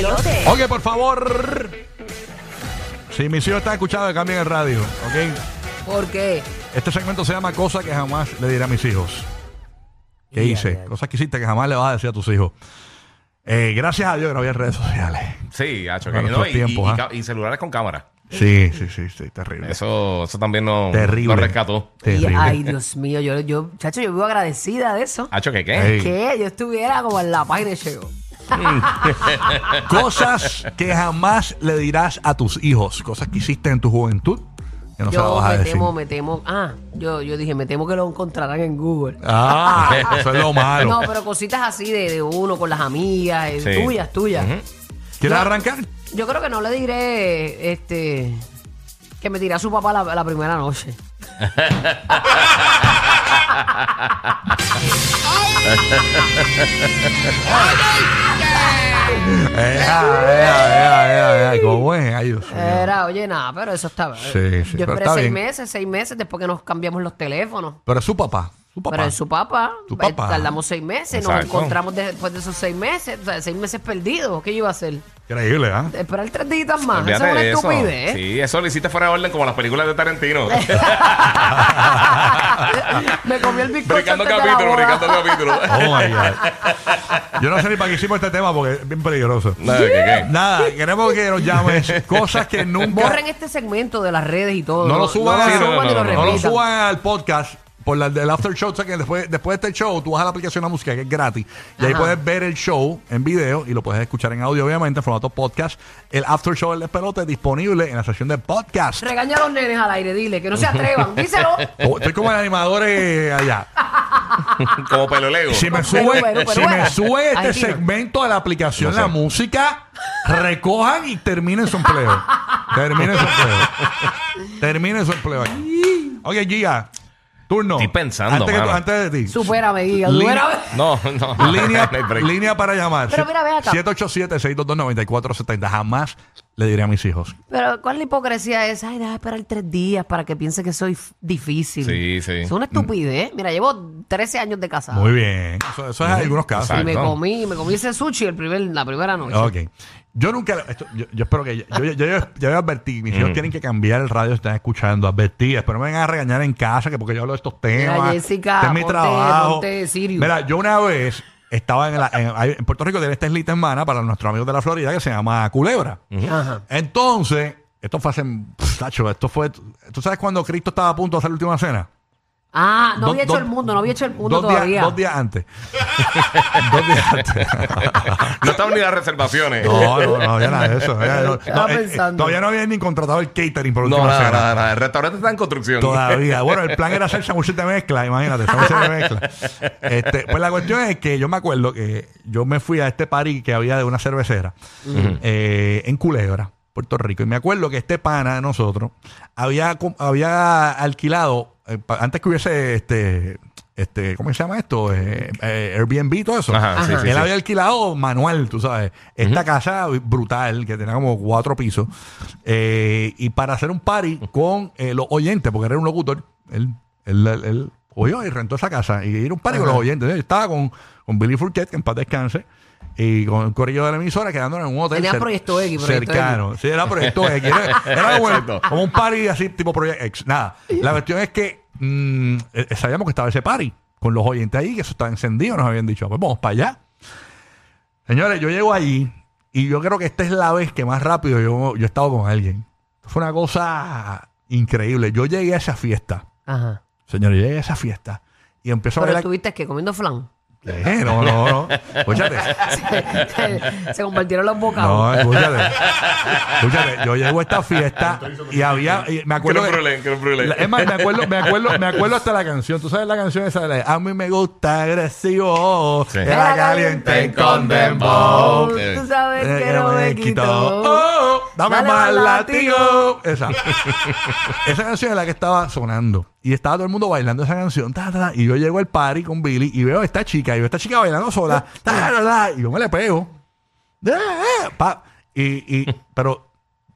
despelote. Ok, por favor. Si mis hijos están escuchando, que cambien el radio. Ok. ¿Por qué? Este segmento se llama Cosas que jamás le diré a mis hijos. ¿Qué hice? Cosas que hiciste que jamás le vas a decir a tus hijos. Eh, gracias a Dios que no había redes sociales. Sí, hacho, Para que- nuestros y, tiempos, y- y ¿ah? ca- y celulares con cámara. Sí, sí, sí, sí, terrible. Eso, eso también no, terrible. no rescató. Y, Terrible. ay, Dios mío, yo, yo, chacho, yo vivo agradecida de eso. Hacho, ¿qué qué? Ey. Que yo estuviera como en la paz y de chego. Cosas que jamás le dirás a tus hijos. Cosas que hiciste en tu juventud que no se las yo vas a me decir. temo, me temo. Ah, yo, yo dije, me temo que lo encontrarán en Google. Ah, eso es lo malo. No, pero cositas así de, de uno con las amigas, eh, Sí. tuyas, tuyas. ¿Quieres no. arrancar? Yo creo que no le diré, este, que me tiré a su papá la, la primera noche. Ea, eh, ea, ea, ea, ea. ¿Cómo es? Ay, Dios mío. Era, oye, nada, pero eso está. Sí, sí, yo esperé pero está seis bien. meses, seis meses después que nos cambiamos los teléfonos. Pero es su papá. Su papá. Pero en su papá, Tu eh, papá. tardamos seis meses, nos Exacto. encontramos después de esos seis meses, o sea, seis meses perdidos. ¿Qué yo iba a hacer? Increíble, ¿ah? Esperar tres días más. Ah, Eso Olvídate es una de estupidez. ¿eh? Sí, eso lo hiciste fuera de orden como las películas de Tarantino. Me comí el bizcocho brincando antes de la capítulo, boda. brincando capítulo. Oh my God. Yo no sé ni para qué hicimos este tema porque es bien peligroso. No, ¿qué, qué? Nada, queremos que nos llames cosas que nunca. Borren este segmento de las redes y todo. No lo suban, no, a- sí, no, suban no, ni lo no, no lo repitan. suban al podcast por la del after show. O sea, que después, después de este show, tú vas a la aplicación de la música que es gratis. Y ahí Ajá. puedes ver el show en video y lo puedes escuchar en audio, obviamente, en formato podcast. El after show del despelote disponible en la sección de podcast. Regaña a los nenes al aire, dile, que no se atrevan. Díselo. Oh, Estoy como el animador eh, allá. como pelo lego. Si me Pero, sube, pero, pero, si bueno. me sube este Ahí tiro. segmento de la aplicación, No sé. la música, recojan y terminen su empleo. terminen su empleo. terminen su empleo aquí. Ok, Gia, turno. Estoy pensando, Antes, que- mano. antes de ti. Supérame, Guía. Lin- supérame. No, no. Línea, No hay break. línea para llamar. Pero mira, ve acá. 787-622-9470. Jamás le diré a mis hijos. Pero, ¿cuál es la hipocresía es? Ay, deja esperar tres días para que piense que soy f- difícil. Sí, sí. Es una estupidez. Mira, llevo 13 años de casada. Mm. Muy bien. Eso, eso es en algunos casos. y me Exacto. comí, me comí ese sushi el primer, la primera noche. Ok. Yo nunca. lo- esto- yo, yo espero que. Yo, yo, yo, yo ya advertí. Mis hijos tienen que cambiar el radio. Están escuchando. Advertí. Espero no me vengan a regañar en casa que porque yo hablo de estos temas. Jessica, este es mi ponte- trabajo. ponte serio. Mira, yo una vez estaba en, la- en- hay- en Puerto Rico. Tiene esta islita hermana para nuestros amigos de la Florida que se llama Culebra. Ajá. Entonces, esto fue hace. pff, tacho, esto fue. ¿Tú sabes cuando Cristo estaba a punto de hacer la última cena? Ah, no Dos- había hecho dos- el mundo, no había hecho el mundo dos días- todavía. dos días antes. dos días antes. No estaban ni las reservaciones. No, no, no había nada de eso. Había- no, Estaba eh, eh, pensando. todavía no habían ni contratado el catering por No, última nada, cena. nada, nada. El restaurante está en construcción. Todavía. Bueno, el plan era hacer sándwiches de mezcla, imagínate, sándwiches de mezcla. Este, pues la cuestión es que yo me acuerdo que yo me fui a este party que había de una cervecera eh, en Culebra, Puerto Rico. Y me acuerdo que este pana de nosotros había, com- había alquilado, eh, pa- antes que hubiese este, este, ¿cómo se llama esto? Eh, eh, Airbnb y todo eso. Ajá, sí, sí, Él sí. había alquilado manual, tú sabes. Esta casa brutal, que tenía como cuatro pisos. eh, y para hacer un party con eh, los oyentes, porque era un locutor, él, él, él, él cogió y rentó esa casa. Y era un party con los oyentes. Yo estaba con, con Billy Fourquet, que en paz descanse. Y con el corillo de la emisora quedándonos en un hotel Tenía cer- Proyecto X, Proyecto cercano. Sí, era proyecto X. Era, era como, el- Exacto. como un party así, tipo proyecto X. Nada. La cuestión es que mm, eh, sabíamos que estaba ese party con los oyentes ahí, que eso estaba encendido. Nos habían dicho, "Ah, pues vamos para allá. Señores, yo llego allí y yo creo que esta es la vez que más rápido yo, yo he estado con alguien. Fue una cosa increíble. Yo llegué a esa fiesta. Ajá. Señores, yo llegué a esa fiesta y empiezo a Pero ver la... estuviste que comiendo flan. Eh, no, no, no. Escúchate. Se convirtieron los bocados. No, escúchate. Escúchate, yo llego a esta fiesta y había. y me acuerdo. Que no que- brulen, que no brulen. La- Es más, me acuerdo, me acuerdo, me acuerdo hasta la canción. Tú sabes la canción esa de la de, A mí me gusta agresivo. Sí. Era caliente con dembow. dembow. Tú sabes Eh, que no me quito. Oh, dame Dale más más latido. Esa. esa canción es la que estaba sonando. Y estaba todo el mundo bailando esa canción. ta, ta, ta. y yo llego al party con Billy y veo a esta chica. Y veo a esta chica bailando sola. ta, ta, ta, y yo me le pego. Eh, eh, pa. Y, y, pero,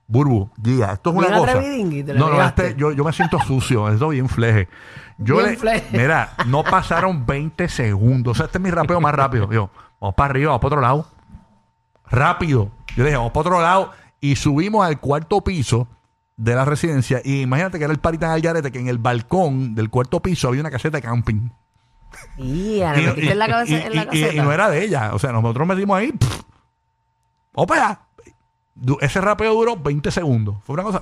Burbu, guía, esto es una Bien cosa. atrevidingui, te la No, no, pegaste. este, yo, yo me siento sucio, esto bien fleje. Yo Bien le- fleje. Mira, no pasaron 20 segundos. O sea, este es mi rapeo más rápido. Yo, vamos para arriba, vamos para otro lado. rápido. Yo le dije, vamos para otro lado. Y subimos al cuarto piso de la residencia. Y imagínate que era el party tan al garete que en el balcón del cuarto piso había una caseta de camping. Y ahora Y- metiste en la cabeza. en la y- y- y caseta. no era de ella. O sea, nosotros metimos ahí. pff, Vamos para allá. Du- Ese rapeo duró 20 segundos. Fue una cosa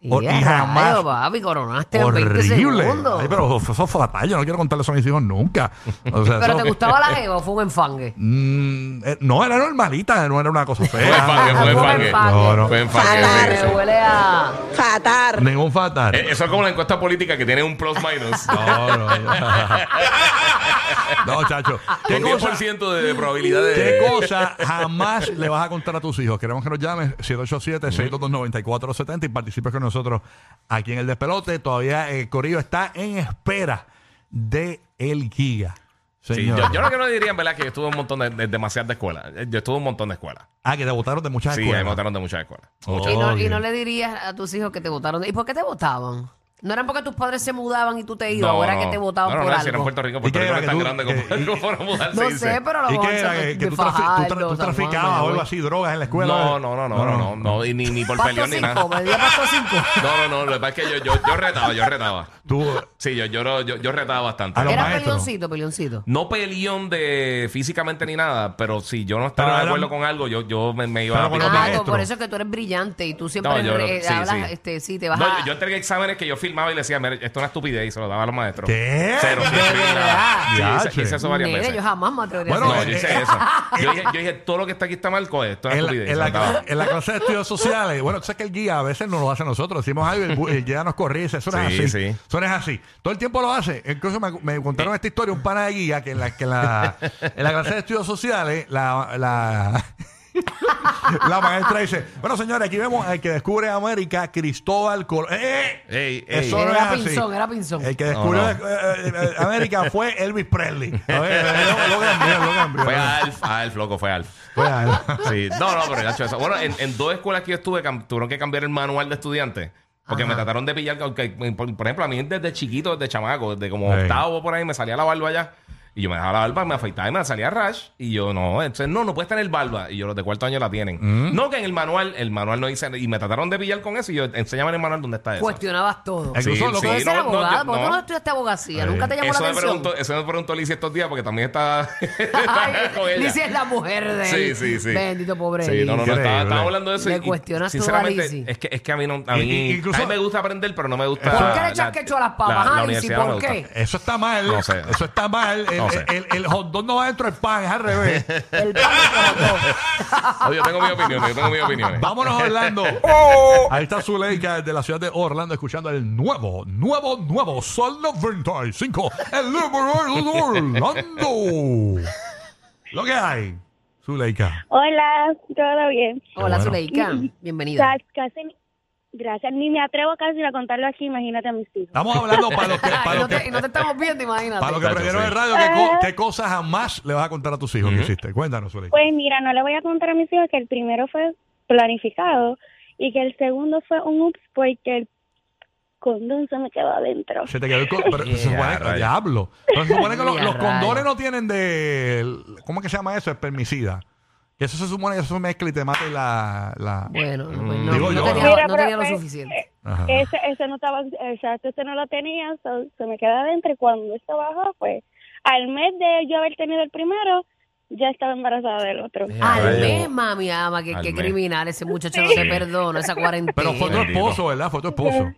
Y, o- y a jamás- rayos, papi, coronaste en 20 horrible. segundos. Ay, pero pero eso es fatal. Yo no quiero contarle eso a mis hijos nunca. O sea, eso- te gustaba la Eva o fue un enfangue. Mm, eh, no, era normalita, no era una cosa fea. enfangue, fue un enfangue. No, no. Fue enfangue, Fatal, sí, sí. Huele a. Fatar. Ningún fatal. Eh, Eso es como la encuesta política que tiene un plus minus. No, no. no, chacho. ¿Qué Con cosa, 10% de probabilidad de. qué cosa jamás le vas a contar a tus hijos? Queremos que nos llames 787-622-9470 y participes con nosotros aquí en el despelote. Todavía eh, Corillo está en espera de el guía. Sí, Señor. yo, yo lo que no diría, en verdad, que yo estuve en un montón de, de- demasiadas escuelas. Eh, Yo estuve en un montón de escuelas. Ah, que te votaron de muchas Sí, escuelas. Oh. me votaron de muchas escuelas. Y no, y Ok. no le dirías a tus hijos que te votaron. ¿Y por qué te votaban? ¿No eran porque tus padres se mudaban y tú te ibas? ¿O era que te votaban no, no, por no, Si era en algo? Puerto Rico, ¿Y qué Puerto Rico era no que es tan tú- grande que- como, como para mudarse. No dice. sé, pero a lo ¿Y mejor qué era? son ¿Que, de que tú, trafi- tú tra- Fajardo, tú San Juan, traficabas o algo Mayagüez. así, drogas en la escuela? No, no, no, no, no, no, no, y ni, ni por Pasto peleón ni nada. cinco, me diría pasto cinco. No, no, no, lo que pasa es que yo, yo, yo retaba, yo retaba. Tú, Sí, yo, yo, yo, yo retaba bastante. A los Era maestros. pelioncito, pelioncito. No peleón de físicamente ni nada, pero si yo no estaba Pero de era- acuerdo con algo, yo, yo me, me iba Pero a con picar. los Ah, maestros. por eso es que tú eres brillante y tú siempre No, yo no- eh, sí, hablas, sí. este, sí, te vas No, a... yo- yo entregué exámenes que yo firmaba y le decía, "Mira, esto es una estupidez y se lo daba a los maestros. ¿Qué? Cero, sin De firma. verdad. Sí, hice- Yache. hice, eso varias Nene, veces. yo jamás me atrevería Bueno, a No, hacer yo eso. hice eso. Yo dije, yo dije, todo lo que está aquí está mal, coge, esto es en, la, una estupidez. en la- Se lo daba. en la clase de estudios sociales, bueno, tú sabes que el guía a veces no lo hace a nosotros. Decimos algo y el, bu- el guía nos corrige. Eso no es Sí, así. sí. Eh. Eso no es así. Todo el tiempo lo hace. Incluso me, me contaron esta historia un pana de guía que en la, que en la, en la clase de estudios sociales, la. la la maestra dice, bueno señores, aquí vemos al que descubre América, Cristóbal Colón. ¡Eh! Ey, ey. Eso no Era es así. pinzón, era pinzón. El que descubrió No, eh, eh, eh, América fue Elvis Presley. eh, A ver, lo, lo cambié, lo cambié. Fue Alf, Alf, loco, fue Alf. Fue algo. Sí, no, no, pero ya he hecho eso. Bueno, en, en dos escuelas que yo estuve cam- tuvieron que cambiar el manual de estudiantes. Porque me trataron de pillar, que- que- por, por ejemplo, a mí desde chiquito, desde chamaco, desde como Sí. octavo por ahí, me salía la barba allá. Y yo me dejaba la barba, me afeitaba y me salía rash. Y yo, no, entonces, no, no puedes tener barba. Y yo, los de cuarto año la tienen. Mm. No, que en el manual, el manual no dice. Y me trataron de pillar con eso. Y yo, enséñame en el manual dónde está Pues, eso. Cuestionabas todo. Ay, Tú Sí, Incluso sí, no, eres no, abogado, yo- ¿por qué tú no. no estudiaste abogacía? Ay. Nunca te llamó Eso la me, atención. preguntó, eso me preguntó Lizzie estos días porque también está. Ay, con ella. Lizzie es la mujer de Sí, él. sí, sí. Bendito pobre Sí, no, no, no. Increíble. Estaba, estaba hablando de eso. Le y- y cuestionas todo a Lizzy. Sinceramente, es que, es que a mí no. A mí, Y- y- incluso- a mí me gusta aprender, pero no me gusta. ¿Por qué le la- echas quecho a las papas, la- la Harry? universidad ¿Sí, no por me qué? gusta. Eso está mal. No sé. Eso está mal. El, No sé. el, el hot dog no va dentro del pan, es al revés. El pan de todo. Oye, yo tengo mi opinión, yo tengo mi opinión. Vámonos a Orlando. Ahí está Zuleika de la ciudad de Orlando escuchando el nuevo, nuevo, nuevo Sol 95. El nuevo Orlando. Lo que hay, Zuleika. Hola, todo bien. Hola, bueno. Zuleika. Bienvenida. Ca- casi ni- gracias, ni me atrevo casi a contarlo aquí, imagínate a mis hijos. Estamos hablando para los que, Ay, para no, los te, que, no te estamos viendo, imagínate. para los que Exacto, prendieron sí. el radio, ¿qué, co- qué cosas jamás le vas a contar a tus hijos que hiciste? Cuéntanos, Zuleika. Pues mira, no le voy a contar a mis hijos que el primero fue planificado y que el segundo fue un ups porque el condón se me quedó adentro. Se te quedó el co- pero se Ya, supone que rayos. diablo. Pero se supone que los, Ya, los rayos. condones no tienen de ¿cómo es que se llama eso? Espermicida. Que eso se supone que eso se mezcla y te mata y la, la Bueno, pues Mm. no, Digo no yo. tenía, Mira, no pero pues, eh, tenía lo fue- suficiente. Ajá. Ese, ese no estaba, exacto, ese no lo tenía, so- se me quedó adentro y cuando esto bajó, pues al mes de yo haber tenido el primero, ya estaba embarazada del otro. Al Rayo. mes, mami, ama, que, Al que mes. criminal. Ese muchacho no te Sí. perdona, esa cuarentena. Pero fue tu Bendito. esposo, ¿verdad? Fue tu esposo.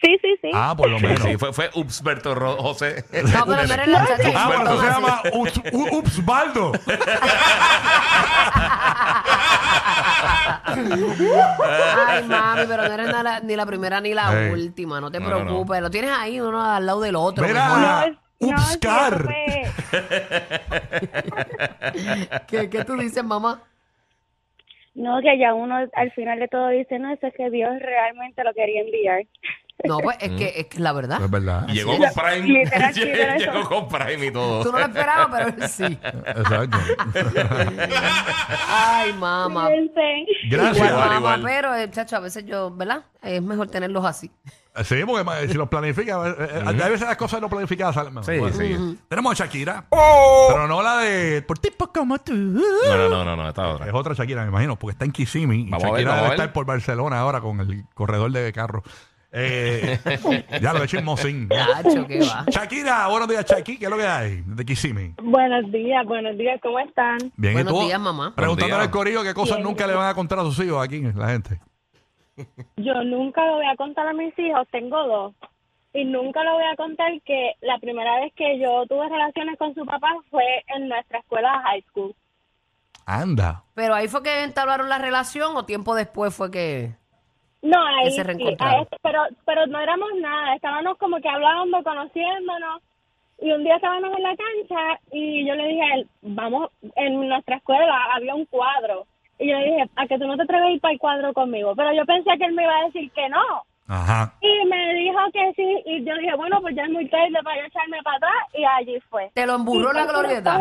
Sí, sí, sí. Ah, por lo Sí, menos. sí, fue, fue Upsberto Ro- José. No, pero no era la chacha. Ah, bueno, eso se Así. llama Ups- U- Upsbaldo. Ay, mami, pero no eres na- la- ni la primera ni la Ey. última. No te No, no, no. preocupes. Lo tienes ahí uno al lado del otro. Mira. No, es- pues. no, sí, Upscar. eso fue- mejor. ¿Qué, qué tú dices, mamá? No, que ya uno al final de todo dice, no, eso es que Dios realmente lo quería enviar. No, pues Mm. es que es que es la verdad. Es verdad. Y llegó es. con Prime. Literal, sí, era eso. llegó con Prime y todo. Tú no lo esperabas, pero él sí. Exacto. Ay, mamá. Cuídense. Igual, Igual, Gracias. mamá, igual. pero, eh, chacho, a veces yo, ¿verdad? Es mejor tenerlos así. Sí, porque ma- si los planificas, eh, eh, a veces las cosas no planificadas salen mejor. Sí, Bueno. sí. ¡Oh! Tenemos a Shakira, pero no la de por tipo como tú. No, no, no, no, no, esta otra. Es otra Shakira, me imagino, porque está en Kissimmee. y Vamos a ver, Shakira vamos a debe ver. estar por Barcelona ahora con el corredor de carro. Eh, ya lo he hecho en Mocín. Chacho, qué va. Shakira, buenos días, Shakira. ¿Qué es lo que hay de Kissimmee? Buenos días, buenos días, ¿cómo están? Bien, Buenos ¿y tú? días, mamá. Preguntándole Buenos días. al corillo qué cosas nunca le van a contar a sus hijos aquí, la gente. Yo nunca lo voy a contar a mis hijos, tengo dos. Y nunca lo voy a contar que la primera vez que yo tuve relaciones con su papá fue en nuestra escuela high school. Anda. Pero ahí fue que entablaron la relación o tiempo después fue que. No, ahí Que se sí, reencontraron. ahí- pero, pero no éramos nada, estábamos como que hablando, conociéndonos. Y un día estábamos en la cancha y yo le dije, a él, vamos, en nuestra escuela había un cuadro. Y yo le dije, a que tú no te atreves a ir para el cuadro conmigo. Pero yo pensé que él me iba a decir que no. Ajá. Y me dijo que sí, y yo dije, bueno, pues ya es muy tarde para yo echarme para atrás, y allí fue. Te lo emburró la glorieta.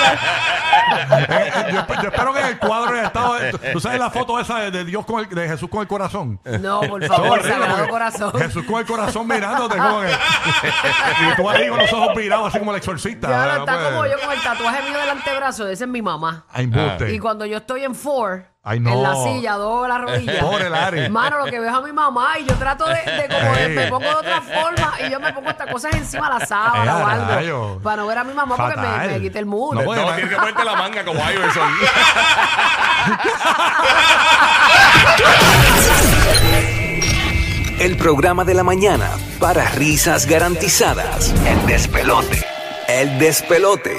Eh, eh, yo, esp- yo espero que en el cuadro haya estado. eh, ¿Tú sabes la foto esa de, de Dios con el- de Jesús con el corazón? No, por Eso es favor, horrible, sagrado porque corazón. Jesús con el corazón mirándote como que. y tú ahí con los ojos mirados, así como el exorcista. Ya ¿verdad? no, está Pues, como yo con el tatuaje mío del antebrazo, ese es mi mamá. a embuste. Y cuando yo estoy en four, Ay, no. en la silla, doy la rodilla. Pobre Lari. Mano, lo que veo es a mi mamá y yo trato de, de como de- Ey. me pongo de otra forma y yo me pongo estas cosas encima de la sábana Ey, o a algo. rayos. Para no ver a mi mamá porque Eh, Fatal. me, me quita el mood. No, No, Bueno. tienes que ponerte la manga como Iverson. El programa de la mañana para risas garantizadas. El despelote. El despelote.